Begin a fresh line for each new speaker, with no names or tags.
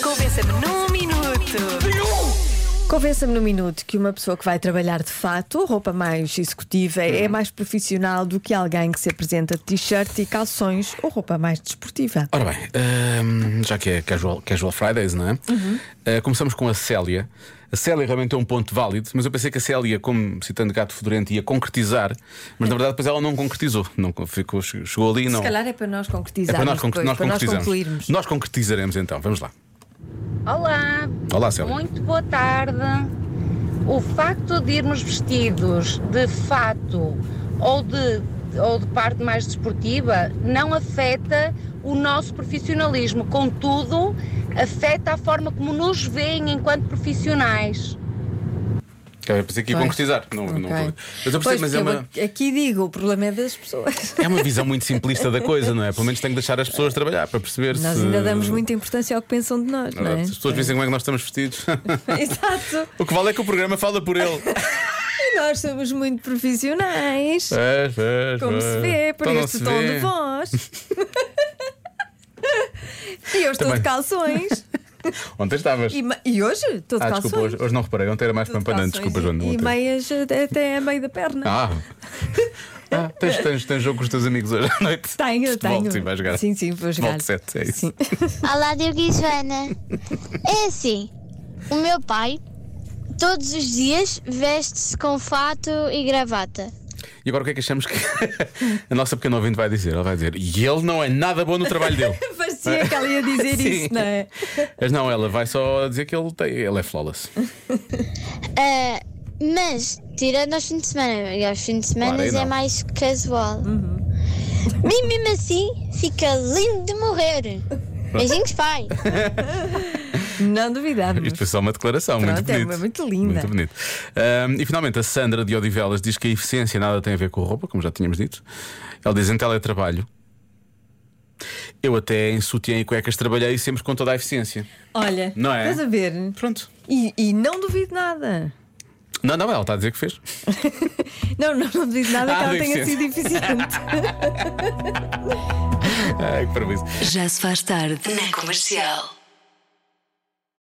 Convença-me num minuto.
Convença-me no minuto que uma pessoa que vai trabalhar de fato, roupa mais executiva, é mais profissional do que alguém que se apresenta de t-shirt e calções ou roupa mais desportiva.
Ora bem, ahm, já que é casual, casual Fridays, não é?
Uhum.
Ah, começamos com a Célia. A Célia realmente é um ponto válido, mas eu pensei que a Célia, como citando Gato Fedorento, ia concretizar, mas na verdade depois ela não concretizou. Não ficou, chegou ali e não.
Se calhar é para nós
é
concretizarmos.
para nós, conc-
depois,
nós
para nós
concretizarmos.
concluirmos.
Nós concretizaremos então, vamos lá.
Olá,
Olá, Célia.
muito boa tarde. O facto de irmos vestidos de fato ou de, ou de parte mais desportiva não afeta o nosso profissionalismo, contudo, afeta a forma como nos veem enquanto profissionais.
Eu pensei que ia
Pois.
concretizar. Não,
Ok.
não- Mas eu percebo,
Pois,
mas é
porque
uma.
eu Aqui digo, o problema é das pessoas.
É uma visão muito simplista da coisa, não é? Pelo menos tenho que deixar as pessoas trabalhar para perceber
Nós
se.
ainda damos muita importância ao que pensam de nós, não é?
As pessoas dizem como é que nós estamos vestidos.
Exato.
o que vale é que o programa fala por ele.
E nós somos muito profissionais.
Pois, pois,
Como
pois.
se vê por
É. Então não
este
se
tom
vê.
de voz. e eu estou
Também.
de calções.
Ontem estavas.
E, ma- e hoje estou de
Ah,
calções.
desculpa, hoje, hoje não reparei. Ontem era mais
Estou de
pampanante.
calções
Desculpa, João.
E, e
ontem.
meias até, até a meio da perna.
Ah. Ah, tens, tens, tens jogo com os teus amigos hoje à noite?
Tenho,
Futebol,
tenho.
Sim, vais jogar.
Sim, sim, vou
Futebol
jogar.
de sete, é isso.
Sim.
Olá, Diogo e Joana. É assim, o meu pai todos os dias veste-se com fato e gravata.
E agora o que é que achamos que a nossa pequena ouvinte vai dizer? Ela vai dizer, e ele não é nada bom no trabalho dele.
Parecia que ela ia dizer
Sim.
isso, não é?
Mas não, ela vai só dizer que ele, tem, ele é flawless.
Ah, mas, tirando aos fins de semana, e aos fins de semana
Claro, aí não.
é mais casual. E mesmo assim, fica lindo de morrer. Beijinhos, pai.
Não duvidávamos.
Isto foi só uma declaração, muito
Pronto, é
bonito.
uma- muito linda.
Muito bonito. Ahm, e finalmente a Sandra de Odivelas diz que a eficiência nada tem a ver com a roupa, como já tínhamos dito. Ela diz em teletrabalho. Eu até em sutiã e cuecas trabalhei sempre com toda a eficiência.
Olha,
Não é?
estás a ver?
Pronto.
E, e não duvido nada.
Não, não, ela está a dizer que fez.
Não, não, não duvido nada
Ah,
que ela
deve
tenha
ser.
sido eficiente.
Ai, É, que parabéns.
Já se faz tarde na comercial.